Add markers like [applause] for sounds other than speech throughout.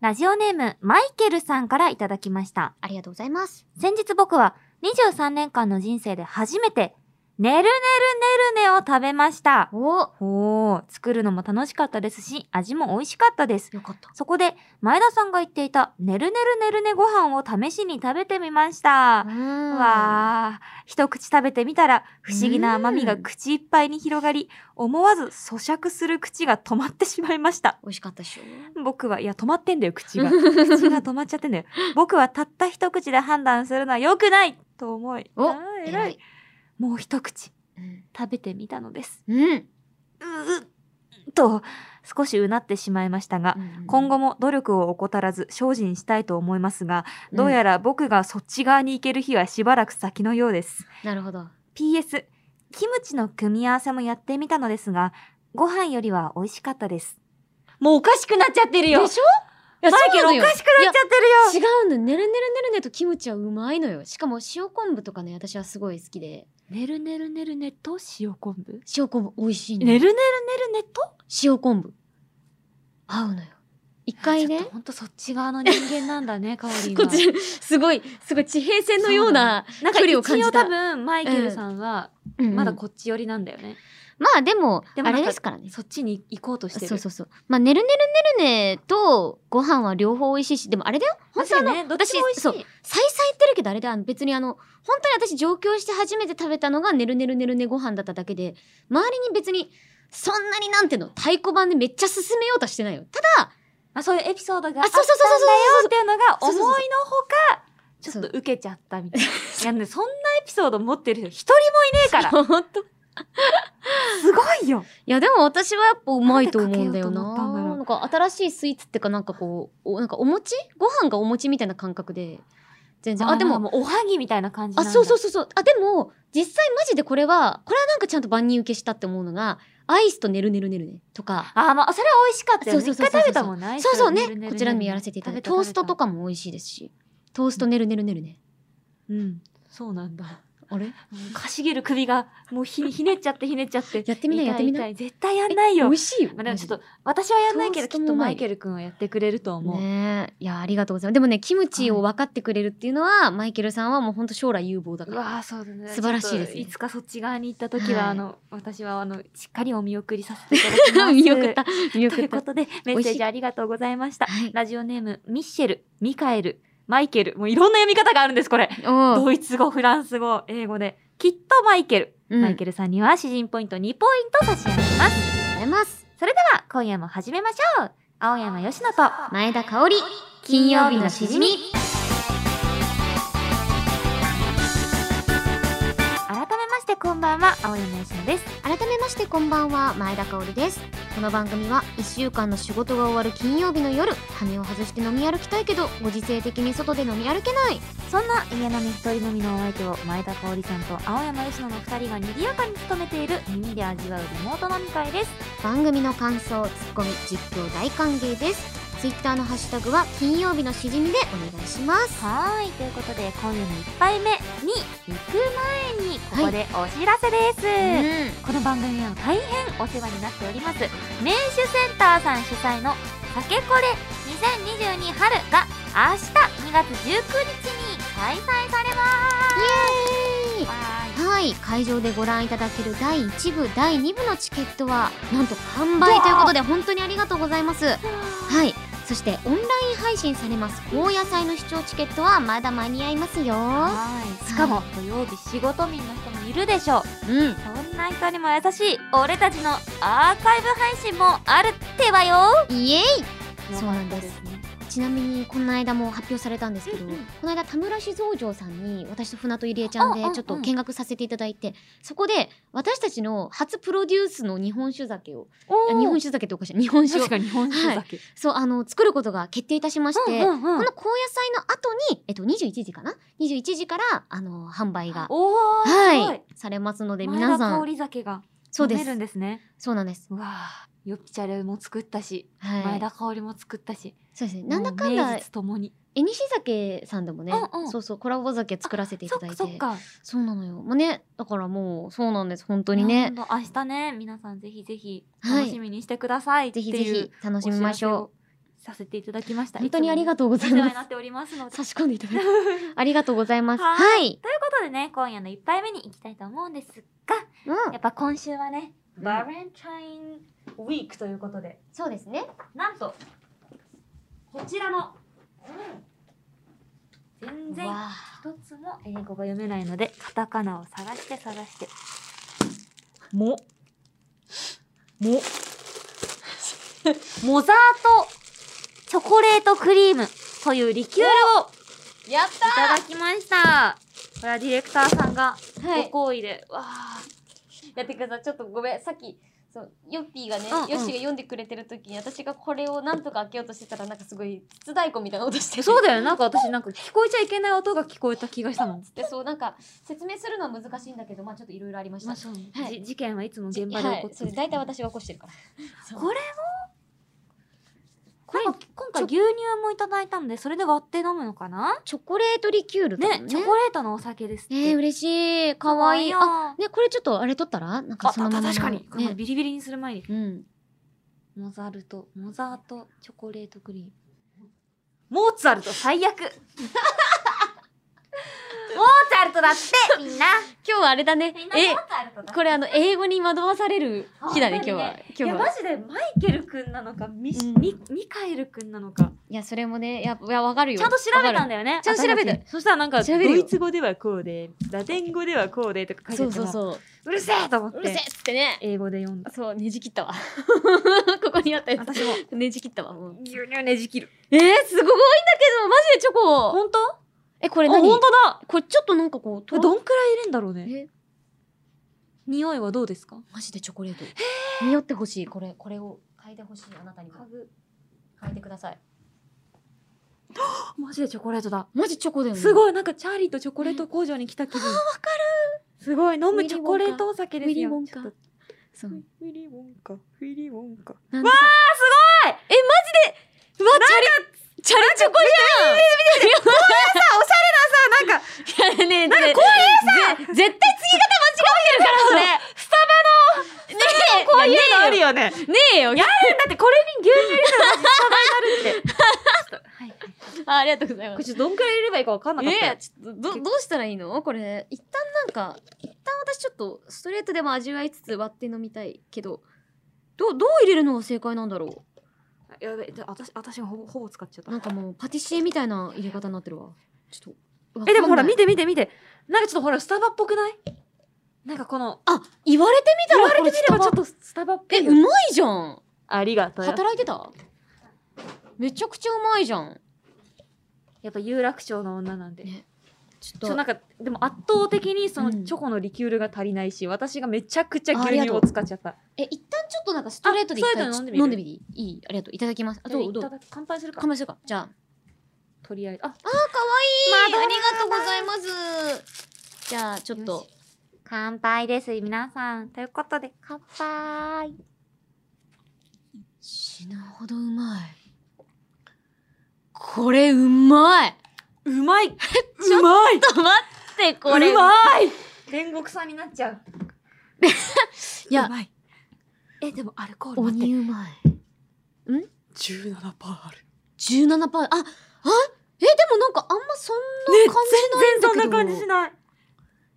ラジオネーム、マイケルさんからいただきました。ありがとうございます。先日僕は23年間の人生で初めて、ねるねるねるねを食べました。およおー、作るのも楽しかったですし、味も美味しかったです。かった。そこで、前田さんが言っていた、ねるねるねるねご飯を試しに食べてみました。んわー、一口食べてみたら、不思議な甘みが口いっぱいに広がり、思わず咀嚼する口が止まってしまいました。美味しかったでしょ。僕は、いや、止まってんだよ、口が。口が止まっちゃってん [laughs] だよ。僕はたった一口で判断するのは良くないと思い、おあー偉い。。もう一口うん。食べてみたのです。うん。ううっと、少しうなってしまいましたが、今後も努力を怠らず精進したいと思いますが、うんどうやら僕がそっち側に行ける日はしばらく先のようです。なるほど。 PS、キムチの組み合わせもやってみたのですが、ご飯よりは美味しかったです。もうおかしくなっちゃってるでしょいやマイケルそうなのおよかしくなっちゃって違うのねるねるねるねとキムチはうまいのよしかも塩昆布とかね私はすごい好きでるよねるねるねるねと塩昆布塩昆布美味しいのよねるねるねるねと塩昆布合うのよ一回ねほんとそっち側の人間なんだ [laughs] ね、カオリンこはっ。ちすごいすごい地平線のようななんか距離一を感じ応た多分マイケルさんはうんうんまだこっち寄りなんだよね。まあでもでもなあんかれですからねそっちに行こうとしてる。そうそうそうまあねるねるねるねとご飯は両方美味しいしでもあれだよ本当あのね、どっ私ちも美味しい。そう再々言ってるけどあれであの別にあの本当に私上京して初めて食べたのがねるねるねるねご飯だっただけで周りに別にそんなになんていうの太鼓判でめっちゃ進めようとはしてないよただまあ、そういうエピソードがああったんだそうよそうそうそうそうっていうのがそ思ういそのうほかちょそっうと受けちゃったみたいな。いやね、そんなエピソード持ってる人一人もいねえからほんといすごいよやでも私はやっぱうまいと思うんだなよんでかけよなうと思ったんだろうなんか新しいスイーツっていうかなんかこうおなんかお餅ご飯がお餅みたいな感覚で全然ああ、ででも、ももうおはぎみたいな感じなんあだ。そうそうそうそうあでも実際マジでこれはこれはなんかちゃんと万人受けしたって思うのがアイスとねるねるねるねとかあ、まあ、それは美味しかったよね。そう一そう回そうそ食べうたもんね。そうそうねるねね。るねるねこちらにやらせていただいて、ト食べ食ースべたトとかも美味しいですし、トーストねるねるねるね。うん。そうなんだ。あれかしげる首が、もうひ、ひねっちゃってひねっちゃって。やってみなやってみ痛ない痛い絶対やんない美よ。味しいよ。まあ、でもちょっと。と、私はやんないけど、きトーストっもとうまマいイケル君はやってくれると思う。ねえ。いや、ありがとうございます。でもね、キムチを分かってくれるっていうのは、マイケルさんはもう本当将来有望だかうら。わあそうだね素晴らしいちですねょっといつかそっち側に行った時は、はいあの私はあのしっかりお見送りさせていただきます [laughs] 見送った。見と送いっうこた。とでメッセージありがとうございましたはい。ラジオネームミッシェルミカエルマイケルもういろんな読み方があるんですこれおうドイツ語フランス語英語できっとマイケル、うんマイケルさんには詩人ポイント2ポイント差し上げますありがとうございます。それでは今夜も始めましょう青山よしのと前田香織、金曜日のしじみ。改めましてこんばんは青山よしのです改めましてこんばんは前田香織ですこの番組は1週間の仕事が終わる金曜日の夜羽を外して飲み歩きたいけどご時世的に外で飲み歩けないそんな家飲み一人飲みのお相手を前田香織さんと青山佳乃の2人が賑やかに務めている耳で味わうリモート飲み会です番組の感想ツッコミ実況大歓迎ですツイッターのハッシュタグは金曜日のしじみでお願いしますはーいということで今夜の1杯目に行く前にここでお知らせです、うこの番組は大変お世話になっております名酒センターさん主催の「酒これ2022春」が明日2月19日に開催されますイエーイはい会場でご覧いただける第1部第2部のチケットはなんと完売ということで本当にありがとうございますはい。そしてオンライン配信されます高野菜の視聴チケットはまだ間に合いますよ。はいしかも土曜日仕事民の人もいるでしょううん。そんな人にも優しい俺たちのアーカイブ配信もあるってばよイエイそうなんですよかったちなみにこの間も発表されたんですけど、うんうんこの間田村酒造場さんに私と船戸入江ちゃんであうんちょっと見学させていただいて、そこで私たちの初プロデュースの日本酒酒をあ日本酒酒っておかしい日本酒をか日本酒だけ、はいそうあの作ることが決定いたしまして、うんうんうこんの高野菜の後に、えっと、21時かな21時からあの販売が、おーすごはいい、されますので前皆田さ香んり酒がそう飲でめるすんですねそうなんです。うわあよっぴちゃれも作ったし、はい、前田香りも作ったしそうですね。なんだかんだ名、実ともにえにし酒さんでもね、うんうんそうそう、コラボ酒作らせていたそっだいかて。そっかそうなのよ。もうね、だからもう、そうなんです。本当当にね。明日ね皆さんぜひぜひはい楽しみにしてくださいってぜいう、ひぜひ楽しみましょうさせていただきました本当にありがとうございお世話まになっす。ておりますので [laughs] 差し込んでいただい [laughs] て。ありがとうございます。ははい。ということでね今夜の1杯目に行きたいと思うんですがうんや。っぱ今週はねうんバレンタインウィークということでそうですね。なんとこちらの全然わ一つも英語が読めないのでカタカナを探して探してもも [laughs] モザートチョコレートクリームというリキュールをあやっいただきましたこれはディレクターさんがたはごい。好意で、わあやってくださいちょっとごめんさっきそうヨッピーがね、うんうんヨッシーが読んでくれてる時に私がこれをなんとか開けようとしてたらなんかすごい筒太鼓みたいな音しててそうだよなんか私なんか聞こえちゃいけない音が聞こえた気がしたもんでそうなんか説明するのは難しいんだけどまあちょっといろいろありました、まあそう、はいじ事件はいつも現場で起こはっい、てそれる、大体私が起こしてるからこれをこれなんか今回牛乳もいただいたのでそれで割って飲むのかなチョコレートリキュールだもねんチョね。コレートのお酒ですって、えー、嬉しい。かわいい。可愛あ、よね、これちょっとあれ取ったらなんかあそのままの。確かに、このね。ビリビリにする前にうん。モザルトモザートチョコレートクリームモーツァルト最 [laughs] 悪モーツァルトだってみんな今日はあれだねみんなモーツァルトだこれあの英語に惑わされる日だね今日は本い今日やはマジでマイケルくんなのかミ,、うんミミカエルくんなのかいやそれもねやっぱわかるよちゃんと調べたんだだよねちゃんと調べた私ちそしたらなんか調べるよドイツ語ではこうでラテン語ではこうでとか書そいうてあそうったらそうるせえと思っううるせえてっつってね英語で読んだそうねじ切ったわ [laughs] ここにあったや私もつねじ切ったわもう牛乳ねじ切るえー、すごいんだけどマジでチョコ本当あえこれ何本当だこれちょっとなんかここうれとろどんくらい入れんだろうねえ匂いはどうですかマジでチョコレート匂ってほしいこれこれを嗅いでほしいあなたにも嗅いでくださいマジでチョコレートだマジチョコだよねすいごいなんかチャーリーとチョコレート工場に来た気分わかるすごい飲むチョコレートお酒ですよウィリーウォンカちょっとそうフィリーウォンカフィリーウォンカわあすごいえマジでうわチャリチャリチョコじあゃんなんかいやねえ、なんかこういうさ、絶対継ぎ方間違ってるから、それ。スタバの、ねえ、ここういうのあるよ。よねだねえよ。ってこれに牛乳入れたら実際になるってちょっとはいあありがとうございこまれす。ちょっとどんくらい入れればいいかわかんなかったえよえ、ちょっと、ど、どうしたらいいのこれ、一旦なんか、一旦私ちょっと、ストレートでも味わいつつ割って飲みたいけど、どう、どう入れるのが正解なんだろやべえで私私がほぼほぼ使っちゃっうたなんかもう、パティシエみたいな入れ方になってるわ。ちょっとわかんなえい、でもほら見て見て見てなんかちょっとほらスタバっぽくないなんかこのあ、言われてみた言ら、われてみればちょっと。とスタバっぽえ、いうまいじゃん。ありがとうよ働いてためちゃくちゃうまいじゃん。やっぱ有楽町の女なんで、ねちょっちょなんかでも圧倒的にそのうんチョコのリキュールが足りないし、私がめちゃくちゃああ牛りが乳とうを使っちゃったえ、一旦ちょっとなんかストレートで一あストレ回ートで飲んでみる飲んでみていいいいありがとう。いただきます。あ、どうどいたうだき乾杯するか乾杯するか。じゃあ。とりあえずああー、かわいい、まだありがとうございます。じゃあ、ちょっよと。乾杯です皆さんということで乾杯死ぬほどうまい。これう [laughs] まいうまいうまい待って、これ。うまい天国さんになっちゃう [laughs] いやうまいえでもアルコール待って鬼うまい。 17パーある17%パー。あ、あえ、でもなんかあんまそんねな感じないんだけど。全然そんな感じしない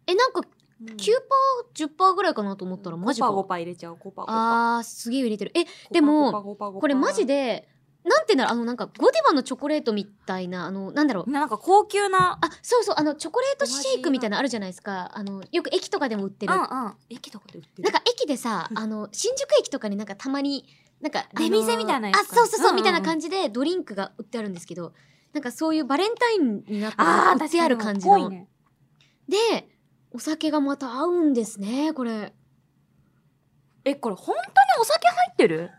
え、なんか9%パ、 10%ぐらいかなと思ったらマジか。 5パー入れちゃおう5パーあー、すげえ入れてる。え、でもこれマジでで、なんていうんだろう、あの、なんか、ゴディバのチョコレートみたいな、あの、なんだろう。なんか高級なあ、そうそう、あの、チョコレートシェイクみたいなのあるじゃないですか。あの、よく駅とかでも売ってる。なんうんうん駅とかで売ってるか駅でさ、あの、新宿駅とかになんかたまに、なんか、出店みたいなやつあのあ、そうそうそう、うんうんうんみたいな感じでドリンクが売ってあるんですけど、なんかそういうバレンタインになってああ売ってある感じ確の。かにで、お酒がまた合うんですね、これ。えこれ本当にお酒入ってる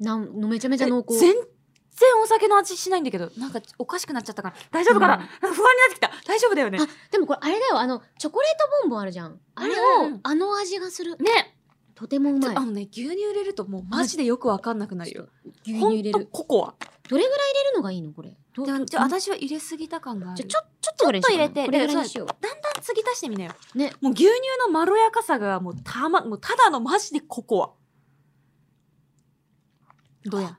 なん、のめちゃめちゃ濃え厚。全然お酒の味しないんだけどなんかおかしくなっちゃったから大丈夫かな,、うんなんか不安になってきた大丈夫だよねあ、でもこれあれだよ、あの、チョコレートボンボンあるじゃん。あれうんうんうをん、あの味がする。ねとてもうちょまあい。のね牛乳入れるともうマジでよくわかんなくなるよ牛ほ乳入んれとる。ココどれぐらい入れるのがいいのこれ。アどでもちょど私は入れすぎた感があるじゃあちょちょっとぐらいにしようちょっと入れてこれぐらいにしよう。だんだん継ぎ足してみなよねもう牛乳のまろやかさがもうたまもうただのマジでココアどうや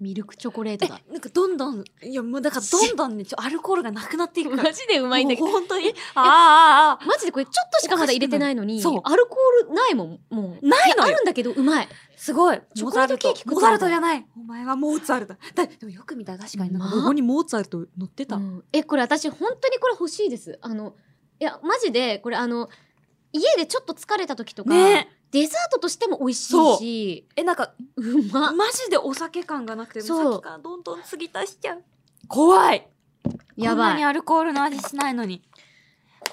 ミルクチョコレートだ。なんかどんどんいやもうだからどんどん [laughs] ねちょアルコールがなくなっていく [laughs] からマジでうまいんだけど。もう本当 [laughs] にああああマジでこれちょっとしかまだ入れてないのに、そうアルコールないもん、もう。ないのよやあるんだけど、うまい。すごいチョコレートケーキ食モっーツァルたんだトじゃないお前はモーツァルトだでもよく見たら確かになんかうロまっゴにモーツァルト乗ってた、うんえ、これ私本当にこれ欲しいです。あの、いや、マジで、これあの、家でちょっと疲れた時とか、ねデザートとしても美味しいそうし、えなんかうまっ。マジでお酒感がなくてそうお酒感どんどん継ぎ足しちゃう怖いやこんなばにい。アルコールの味しないのに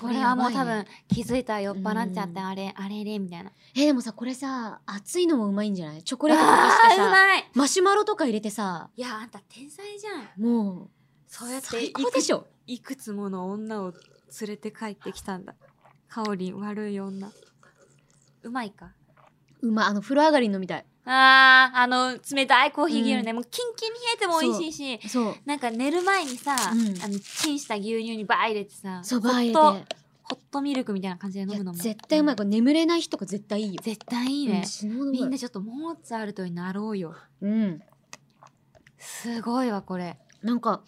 これれやはもばういね多分気づいたら酔っ払っちゃってうんあれあれれみたいなえ、でもさ、これさ、熱いのもうまいんじゃないチョコレートとかあしてーうさ、まいマシュマロとか入れてさ、いやあんた天才じゃんもう、そうやってい最く高でしょ。いくつもの女を連れて帰ってきたんだかおりん悪い女うまいかうまい、あの、風呂上がりのみたい。あーあの冷たいコーヒー牛乳ね、もうキンキンに冷えても美味しいしそう。なんか寝る前にさ、うんあのチンした牛乳にバー入れてさそば入れて。ホットホットミルクみたいな感じでい飲むやのも絶対うまい。これ眠れない日とか絶対いいよ。絶対いいねうん、死ぬほどうまいみんなちょっとモーツァルトになろうようん。すごいわこれなんか、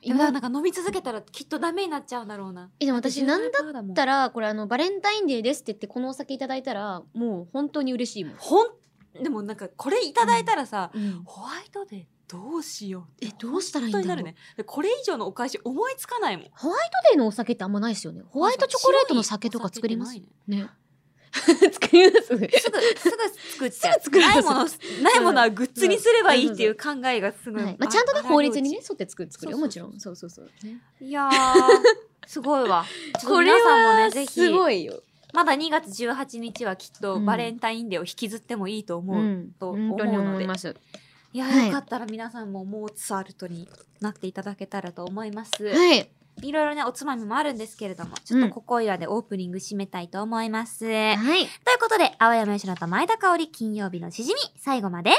でも今なだんか飲み続けたらきっとダメになっちゃうんだろうなえでも私なんだだっったら、これあの、バレンタインデーですって言って、このお酒いただいたら、もう本当に嬉しいもん。ほんでもなんかこれいただいたらさ、うん、ホワイトデーどうしようえ、どうしたらいいんだ本当ろうになるねでこれ以上のお返し思いつかないもんホワイトデーのお酒ってあんまないですよね。ホワイトチョコレートの酒とか作ります白いお酒ってないねね。作りますね。 [laughs] すぐ、すぐ作っちゃう。すぐ作るないもの、ないものはグッズにすればいいっていう考えがすごい。はいまあ、ちゃんとね、法律にね、。沿って作る、作るよ、そうそうもちろん。そうそうそう。ねいやーすご [laughs] いわちょっと皆さんもねぜひすごいよ。まだ2月18日はきっとうんバレンタインデーを引きずってもいいと思う。んと本当に思います。いや、はいよかったら皆さんもモーツァルトになっていただけたらと思います。はい。いろいろねおつまみもあるんですけれどもちょっとここいらでオープニング締めたいと思います、はい。ということで、青山吉野と前田香織金曜日のしじみ、最後まで、よ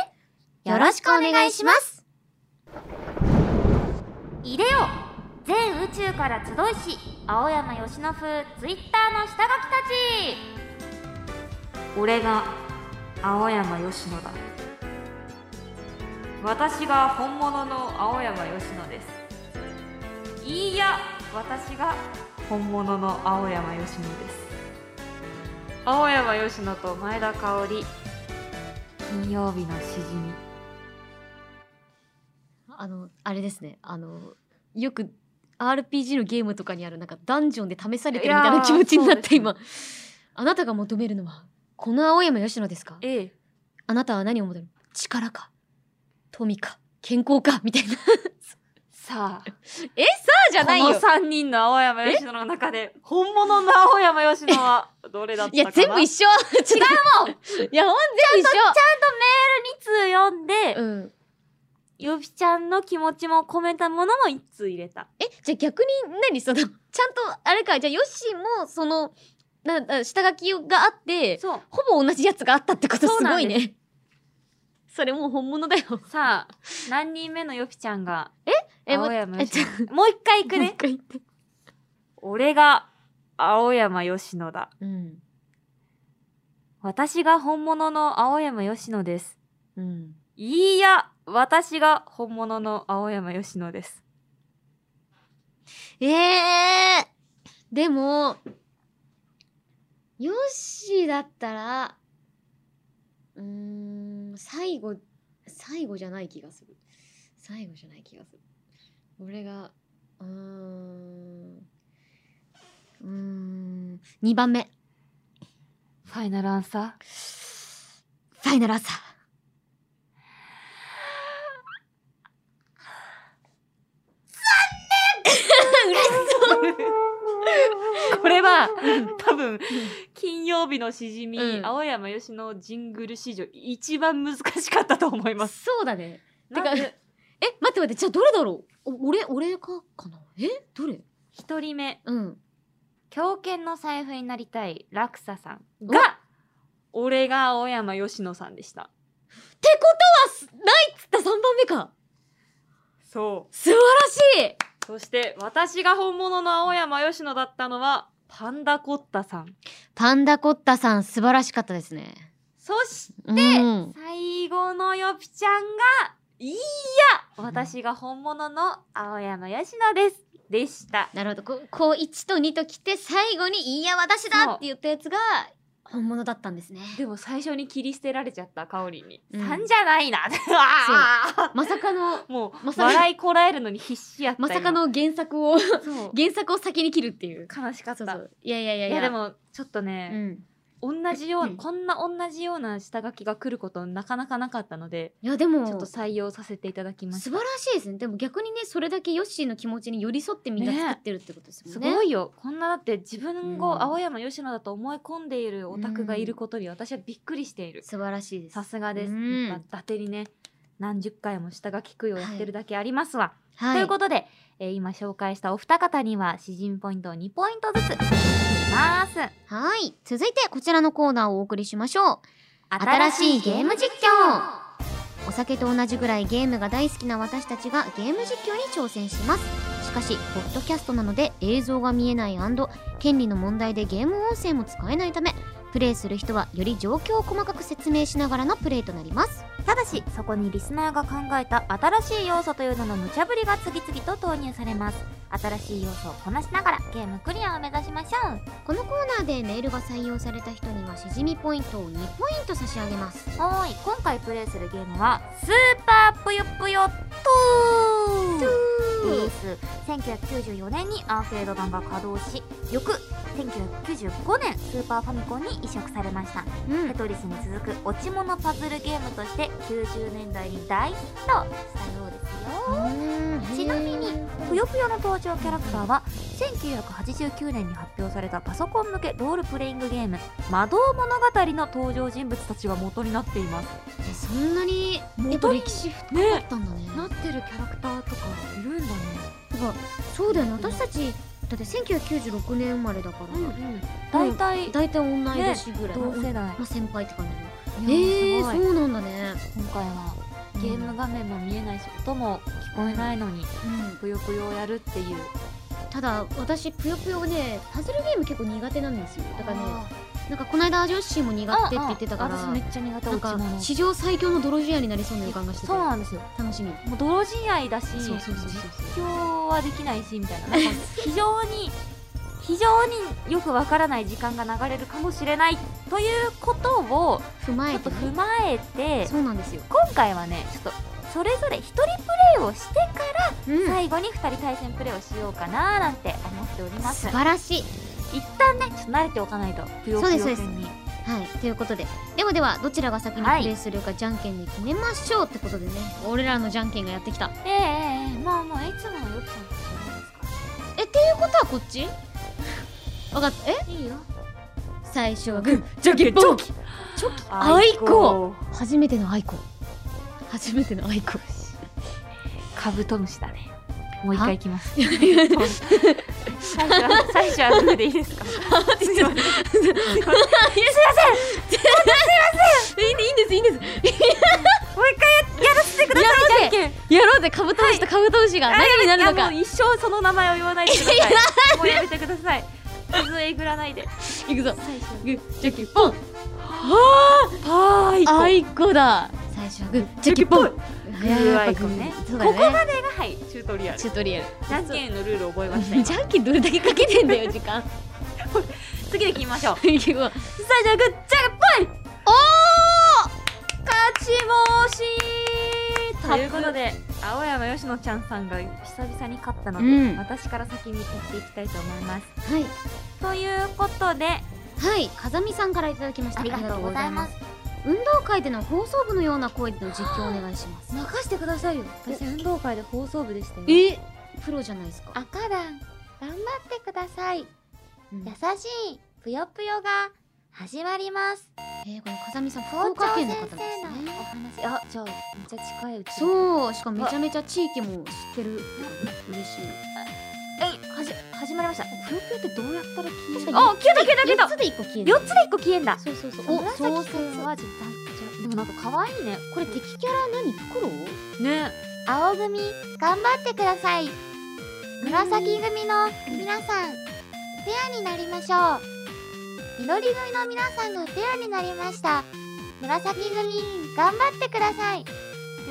よろろししくくおお願願いいししま。ますいでよ全宇宙から集いし、青山吉野風ツイッターの下書きた俺が青山吉野だ私が本物の青山吉野ですいいや私が本物の青山吉野です青山吉野と前田香織金曜日のしじみあの、あれですね。あの、よく RPG のゲームとかにある、なんかダンジョンで試されてるみたいいなやー気持ちになっそうですて、今。あなたが求めるのは、この青山吉野ですかええあなたは何を求める力か、富か、健康か、みたい [laughs] な。さあえ、さあじゃないこのよ3人の青山吉野の中で本物の青山吉野は [laughs] どれだったいかなや、全部一緒違うもん [laughs] いや、ほん全部一ち。通読んで、緒うん。よぴちゃんの気持ちも込めたものも一通入れた。え、じゃあ逆に何その、ちゃんと、あれか、じゃあヨッシーも、その、な、な下書きがあって、そうほぼ同じやつがあったってことそうすなんごでいすね。それもう本物 [laughs] だよ。さあ何人目のよぴちゃんがえ、も青う、山え、吉ちょ野っもう一回行とくもう一ね回言って。俺が青山吉野だうん。私が本物の青山吉野ですうん。いいや私が本物の青山吉野ですええー、でも、ヨッシーだったら、うーん、最後、最後じゃない気がする。最後じゃない気がする。俺が、うーん、うーん、2番目、ファイナルアンサーファイナルアンサー。 [laughs] これは多分金曜日のしじみ、うん青山吉野ジングル史上一番難しかったと思います [laughs] そうだね。てなか、んえ、待でって待って、じゃあどれだろうお俺、俺か、かなえどれ一人目うん。狂犬の財布になりたい落差さんが俺が青山吉野さんでしたってことは、ないっつった3番目か。そう素晴らしいそして私が本物の青山吉野だったのはパンダコッタさん。パンダコッタさん素晴らしかったですね。そしうん、最後のよぴちゃんが、いいや私が本物の青山よしのです。でした。なるほどこうこう1と2と来て最後に「いいや私だ!」って言ったやつが本物だったんですねでも最初に切り捨てられちゃったかおりにうん3じゃないな。わあまさか [laughs] のもうまさか笑いこらえるのに必死やったまさかの原作を [laughs] 今そう原作を先に切るっていう悲しかったそうそういやいやいやいやでもちょっとうね、ん同じよううんこんな同じような下書きが来ることなかなかなかったのでいやでもちょっと採用させていただきまし素晴たらしいですねでも逆にねそれだけヨッシーの気持ちに寄り添ってみんなね作ってるってことですもすんねごいよこんなだって自分うんを青山吉野だと思い込んでいるオタクがいることに私はびっくりしている素晴らしいですさすがです、うんやっぱ伊達にね何十回も下書き供養やってるだけありますわ、はということで、えー今紹介したお二方には詩人ポイントを2ポイントずつ差し上げますはい続いてこちらのコーナーをお送りしましょう新しいゲーム実況お酒と同じぐらいゲームが大好きな私たちがゲーム実況に挑戦しますしかしポッドキャストなので映像が見えない権利の問題でゲーム音声も使えないためプレイする人はより状況を細かく説明しながらのプレイとなりますただしそこにリスナーが考えた新しい要素というのの無茶ぶりが次々と投入されます新しい要素をこなしながらゲームクリアを目指しましょうこのコーナーでメールが採用された人にはしじみポイントを2ポイント差し上げますはーい今回プレイするゲームは「スーパーぷよぷよ2」です1994年にアーケード版が稼働し翌1995年スーパーファミコンに移植されましたうテトリスに続く落ち物パズルゲームとして90年代に大ヒットしたようですよちんなみにぷよぷよの登場キャラクターは1989年に発表されたパソコン向けロールプレイングゲーム「魔導物語」の登場人物たちが元になっていますえそんなにやっぱ歴史深かったんだねなってるキャラクターとかいるんだねそうだよね私たちだって1996年生まれだから、うん大体、大体同い年ぐらい、同世代まあ、先輩って感いじやへえすごいそうなんだね今回はゲーム画面も見えないし音も聞こえないのにうんぷよぷよをやるっていうただ私ぷよぷよねパズルゲーム結構苦手なんですよだからねなんかこの間ジョッシーも苦手って言ってたから私めっちゃ苦手落なんち物か史上最強の泥仕合になりそうな予感がしててそうなんですよ楽しみもう泥仕合だしそうそうそうそう実況はできないしみたいななんか非常に非常によくわからない時間が流れるかもしれないということを踏まちょえっとてね踏まえてそうなんですよ、今回はねちょっとそれぞれ一人プレイをしてからうん最後に2人対戦プレイをしようかななんて思っております素晴らしい一旦ねちょっと慣れておかないとぷよぷよそうですそ君にはい、ということでではではどちらが先にはいプレイするかじゃんけんで決めましょうってことでね俺らのじゃんけんがやってきたええええまあまあいつものよくさんとえっていうことはこっち分かったえ一緒いいよ最初はグーじゃんけんポンあいこ初めての愛子初めての愛子カブトムシだねもう一回はいきます最初は最初はグーでいい [laughs] ですかすいませんすいませんいいんですいいんですもう一回やらせてくださいじゃんけんやろうぜカブトムシとカブトムシが何になるのいやかもう一生その名前を言わないでくださいもうやめてください傷えぐらないでいくぞ最初グーじゃんけんポンはーいこ愛子だ最初はグーじゃんけんポングいやーやっアぱイコンねそこうだよこねまでがはいチュートリアルチュートリアルじゃんけんのルールを覚えました今じゃんけんどれだけかけてんだよ時 [laughs] 間 [laughs] 次で決めましょう最初は最初はグーじゃんけんぽいお勝ち星タッとプいうことで青山よしのちゃんさんが久々に勝ったので、うん私から先にやっていきたいと思いますーはいということではい、風見さんからいただきました。ありがとうございますありがとうございます。運動会での放送部のような声での実況をお願いします。任してくださいよ私運動会で放送部でしたよえ、プロじゃないですか。赤団頑張ってくださいうん優しいぷよぷよが始まりますえーこの風見さん、福校岡長県先の方です生のね。お話あじゃあめっちゃ近いうちそう、しかもめちゃめちゃ地域も知ってる。嬉しい。えいはじ始まりましたプロってどうやったら消えるあ消えた消えた消えた四つで一個消える4。つで1個消えんだそうそうそう。おお、そう紫そう。君はじゃあでもなんか可愛いねこれ敵キャラ何フクロウ？ね青組頑張ってください紫組の皆さんペアになりましょう緑組の皆さんがペアになりました紫組頑張ってください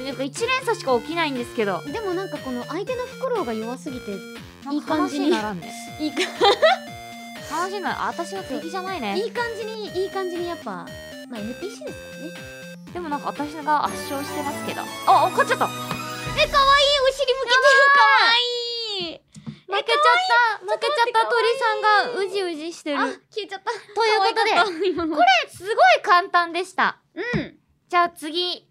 やっぱ一連鎖しか起きないんですけどでもなんかこの相手のフクロウが弱すぎていい感じに話にならんねいいか話にならん私は敵じゃないねいい感じにいい感じにやっぱまあ NPC ですからねでもなんか私が圧勝してますけどああ勝っちゃったお尻向けて負けちゃった負けちゃった鳥さんがうじうじしてるあ消えちゃったということでということでこすごい簡単でしたれうんじゃあ次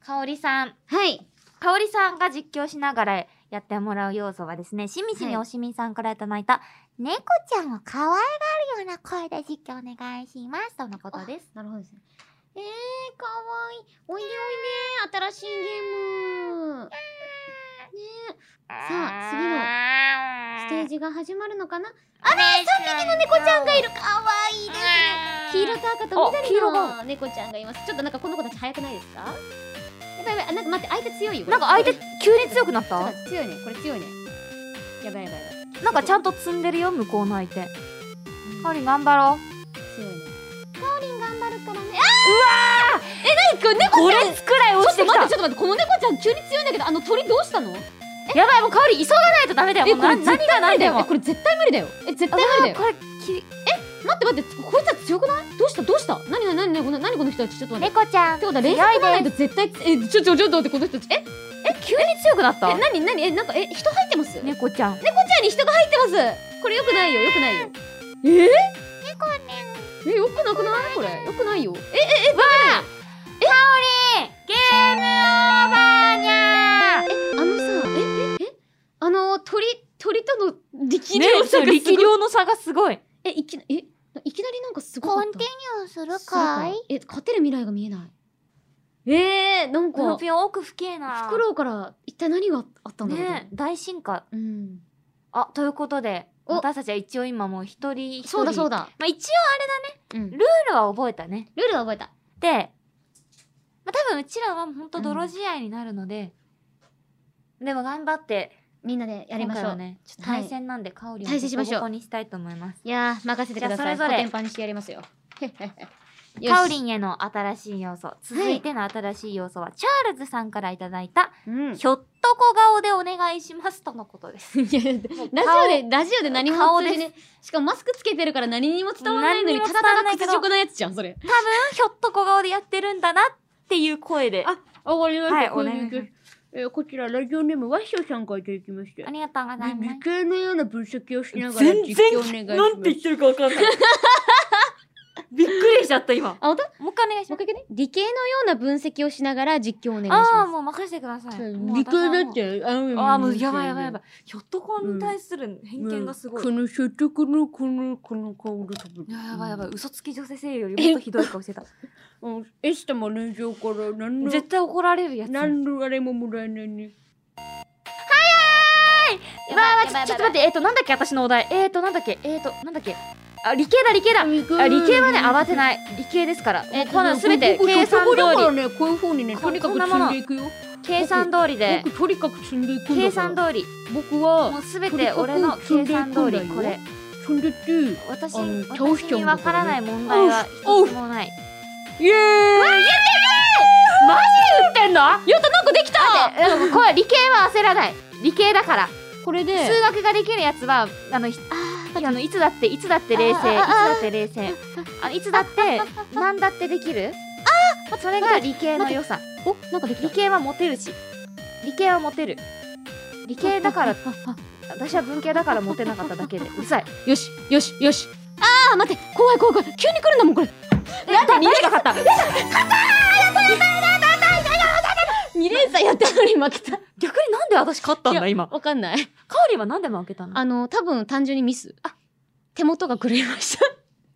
かおりさんはいかおりさんが実況しながらやってもらう要素はですねしみしみおしみさんからいただいた、猫ちゃんを可愛がるような声で実況お願いしますとのことですなるほどですねえー、かわいいおいでおいで新しいゲームねさあ次のステージが始まるのかなあれ3匹の猫ちゃんがいるかわいいですね黄色と赤とあ黄緑色のが猫ちゃんがいますちょっとなんかこの子たち早くないですかやばいやばいあなんか待って相手強いよこなれんか相手急に強くなっちょたっと強いねこれ強いねやばいやばいやばいなんかちゃんと積んでるよ向こうの相手かおりん頑張ろ強いねかおりん頑張るからねうこれつくらい落ちちてょっとき待ったてちょっと待ってこの猫ちゃん急に強いんだけどあの鳥どうしたのやばいもうかおり急がないとダメだよえもうこれな絶何が対無何で理だよえもこれ絶対無理だよえ絶対無理だよこれき待って待ってこいつは強くないどうしたどうした何何何何この何この人たちちょっと待って猫ちゃんってことは冷静にならないと絶対えちょちょちょっと待ってこの人たちええ急に強くなっえた何何えなんかえ人入ってます猫ち猫ちゃんゃんに人が入ってますこれよくないよよくないよえー、猫ねえよくなくないこれよくないよえええわゲームオーバーにゃーあのさえええあの鳥鳥との力ね量差がすごい、力量の差がすごいえいきなえいきなりなんかすごコかっンたティニューするかいえ勝てる未来が見えないえー、なんピョかンピョン奥不敬なフクロウから一体何があったんだろうと思ってね大進化うんあということでお私たちは一応今もう一人一人そうだそうだ、まあ、一応うん、ルールルは覚えたねールは覚えたで、まあ、多分うちらは本当泥仕合になるので、でも頑張ってみんなでやりまし今回ょはう、ねちょっと対戦なんで、香りを対戦しましょボコうボコにしたいと思いますいやー任せてくださいじゃあそれぞれコテンパンにしてやりますよよしカオリンへの新しい要素続いての新しい要素は、チャールズさんからいただいたうん、 [laughs] いひょっとこ顔でお願いしますとのことですやラジオでラジオで [laughs] 何も顔通でじすねしかもマスクつけてるから何にも伝わらないの何ににもた伝だわらたなだいけ屈ど辱なやつじゃんそれ多分ひょっとこ顔でやってるんだなっていう声でああわかりまはいお願いしますえーこちらラジオネームワッショさんからいただきましたりがとうございます形のような分析をしなんて言ってるかわ [laughs] かんないびっくりしちゃった今あ、本当？ももう一回お願いしうます一回ね。理系のような分析をしながら実況をお願いしああまもう任せてくださいす。もう理私は系もだうって、あのああもうやばいやばいやばい。ひょっとこに対する偏うん見がすごい、この所得のこのこの顔で食べる。やばいやばいい。嘘つき女性声優よりもっとひどい顔してたうん、エスタマ連勝から何の絶対怒られるやつ何のあれももらえないね。わあわあちょっと待ってえっ、となんだっけ私のお題えっ、となんだっけえっ、となんだっけあ理系だ理系だあ理理系はね慌てない理系ですからえこのすべて計算通だからりね、こういう風にね、とにかく積んでいくよ。計算通りで僕とにかく積んでいくんだから。計算通り僕もはうすべて俺の計算通りこれ積んでって。私あの倒私しちゃうにんだわかかららねない問題は一つもないイエーイ。言ってんのやったなんかできたうんこれ理系は焦らない理系だからこれで数学ができるやつはあのひあのいつだっていつだって冷静いつだって冷静あのいつだって何だってできるあそれが理系の良さおなんかでき理系はモテるし理系はモテる理系だから私は文系だからモテなかっただ [laughs] けでうるさいよしよしよしあー待って怖い怖い怖い急に来るんだもんこれなんだ誰が勝った二連鎖やったのに負けた逆になんで私勝ったんだ今わかんないカオリはなんで負けたのあの多分単純にミス手元が狂いました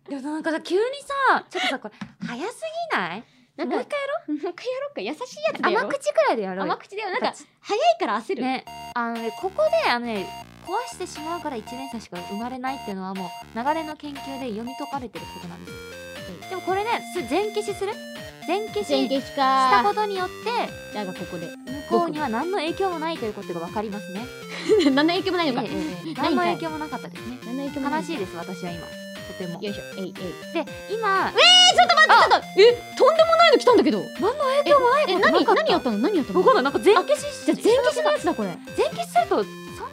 いやなんかさ急にさちょっとさこれ早すぎないなんもかう一回もう一回やろうか優しいやつだよ甘口くらいでやろうよ甘口だよなんか早いから焦る、ね、あのね、ここで、あのね、壊してしまうから一年差しか生まれないっていうのはもう流れの研究で読み解かれてることなんですよ。でもこれね、す全消しする全消し前し撃たかことによって、だがここで向こうには何の影響もないということが分かりますね。 [laughs] 何の影響もないええのか、ええええ何の影響もなかったですね。何の影響もない悲しいです、私は今。とてもよいしょえいえいで今あただえとんでもないの来たんだけど何の影響もないえことな何かっ何やったの何やったたの分かんないなんか全消しじゃあ全消しのやつだこれ全消しするとそん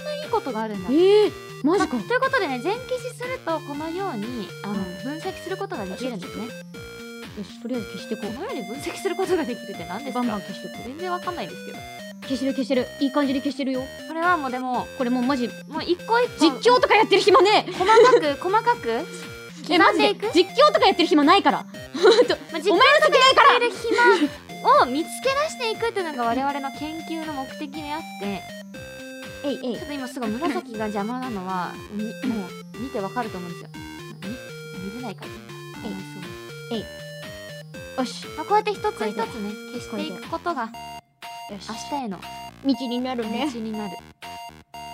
ないいことがあるんだええマまジあとかいうことでね全消しするとこのようにあの分析することができるんですねよしとりあえず消していここうのように分析することができるって何ですバかンバン消していこ全然わかんないですけどう消してる消してるいい感じで消してるよこれはもうでもこれもうマジもう一個一個実況とかやってる暇ね細かく細か [laughs] くええマ刻んジでいでく実況とかやってる暇ないからまあ、お実前の時ないからっている暇を見つけ出していくっていうのが我々の研究の目的であってえいえいちょっと今すごい紫が邪魔なの [laughs] はみもう見てわかると思うんですよみ見れないからえいそうよしまあ、こうやって一つ一つこれね消しでていくことがよし明日への道になるね道になる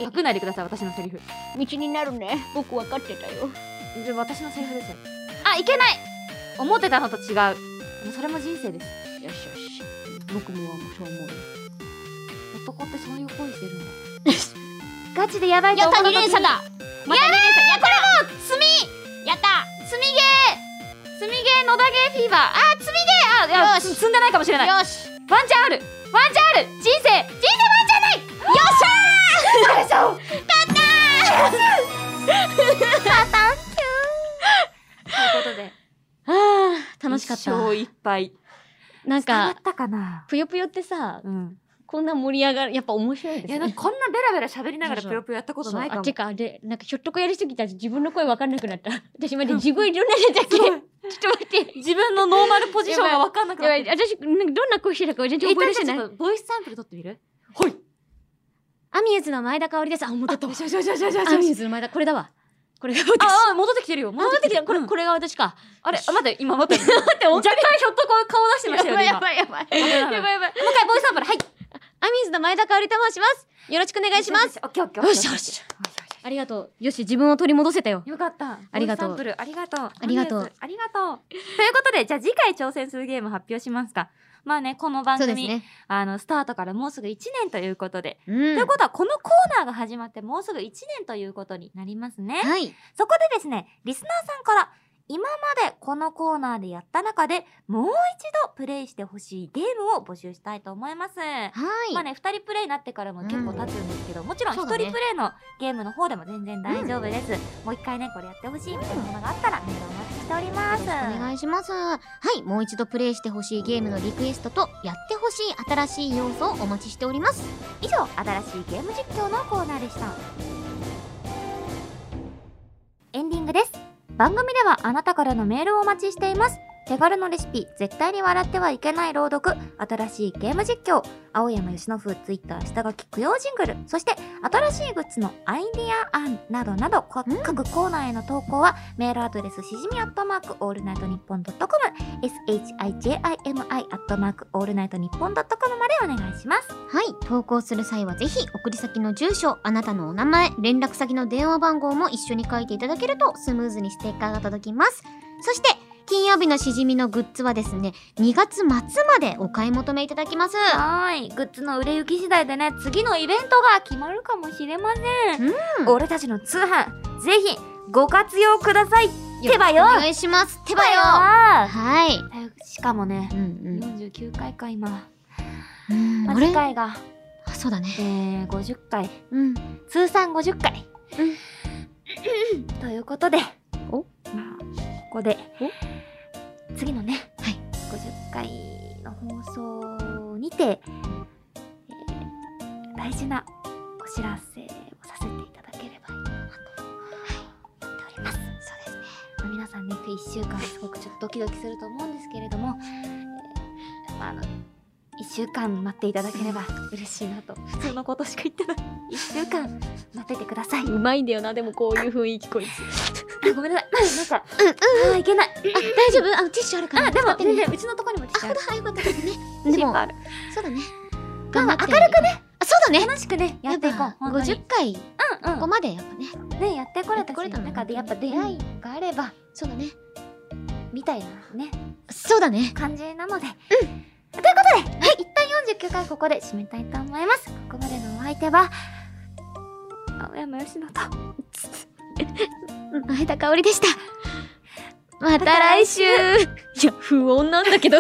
え書くないでください私のセリフ道になるね僕分かってたよじゃあ私のセリフですよあいけない思ってたのと違うでもそれも人生ですよしよし僕もはもうそう思う男ってそういう恋してるんだ [laughs] ガチでやばいとやっ思たうの二と連射だまた二連射やこれも罪やった積みゲー積みゲー野田ゲーフィーバーあー積みゲーあいやよし積んでないかもしれないワンよしチャンあるワンチャンある人生人生ワンチャンないよっしゃーよいしょ勝ったー勝ったんきゅーということであー楽しかっ一生たいっぱいなんやっかたかなぷよぷよってさうんこんな盛り上がるやっぱ面白いですいやなんねかこんなベラベラ喋りながらぷよぷよやったことないかあもてかあれなんかひょっとこやりすぎたし自分の声わかんなくなった [laughs] 私まで地声どんなだっけちょっと待って自分のノーマルポジションが分かんなくやなっばてい私なんかどんな声してたか全然一覚え回出じせゃなちょいっとボイスサンプル取ってみるアミューズの前田香織ですあ戻ったわよしよしよしよしよしよしアミューズの前田これだわこれが私ああ戻ってきてるよ戻ってきたこれうんこれが私かあれあ待って今待って待って若干ひょっとこう顔出してましたよね今ば [laughs] いやばい危ない危ないやばいやばいもう一回ボイスサンプルはいアミューズの前田香織と申しますよろしくお願いしますオッケーオッケーよしよしありがとうよし自分を取り戻せたよよかったありがとうボイスサンプルありがとうありがとうとありがとうということでじゃあ次回挑戦するゲーム発表しますかまあねこの番そうです組、ねあのスタートからもうすぐ1年ということで、うんということはこのコーナーが始まってもうすぐ1年ということになりますねはいそこでですね、リスナーさんから、今までこのコーナーでやった中で、もう一度プレイしてほしいゲームを募集したいと思います。まはあいね、二人プレイになってからも結構経つんですけど、もちろん一そう人プだねレイのゲームの方でも全然大丈夫です。もう一回ね、これやってほしいみたいなものがあったら、メールお待ちしております。お願いしますはいもう一度プレイしてほしいゲームのリクエストとやってほしい新しい要素をお待ちしております以上、新しいゲーム実況のコーナーでした。エンディングです。番組ではあなたからのメールをお待ちしています。手軽のレシピ、絶対に笑ってはいけない朗読、新しいゲーム実況、青山由伸ツイッター下書き供養ジングル、そして新しいグッズのアイディア案などなど、こうん各コーナーへの投稿はメールアドレスしじみアットマークオールナイトニッポンドットコム、shijimi アットマークオールナイトニッポンドットコムまでお願いします。はい投稿する際はぜひ送り先の住所あなたのお名前連絡先の電話番号も一緒に書いていただけるとスムーズにステッカーが届きますそして金曜日のしじみのグッズはですね2月末までお買い求めいただきますはーい。グッズの売れ行き次第でね、次のイベントが決まるかもしれません。うん俺たちの通販、ぜひご活用ください。手羽よお願いします手羽よはいしかもね、うんうん49回か今。うんまああれ次回が、あそうだねえー、50回。うん通算50回。ということで、おまあ、ここで、次のね、はい50回の放送にて、えー大事なお知らせをさせていただければいいなと思っております。そうですね。まあ、皆さんね、1週間すごくちょっとドキドキすると思うんですけれども、えーまあ、あの、1週間待っていただければ嬉しいなと。普通のことしか言ってない。1週間待っててください。うまいんだよなでもこういう雰囲気こいつあごめんなさい。なんか、あーいけない。あ大丈夫あのティッシュあるからあ、で使も、ってねね、うちのとこにも来あちほゃうら。あよかったですね心でも配あるそうだねまあ頑張って明るくねそうだね楽しくね、やっていこう。五十50回こうんうこまでやっぱね、ん。ね、やってこやれってたこれし、たのなんかでやっぱ出会いがあれば、そうだねみたいなね、そうだね感じなので。ということで、一旦49回ここで締めたいと思います。ここまでのお相手は、青山よしのと、前田香織でしたまた来週いや不穏なんだけど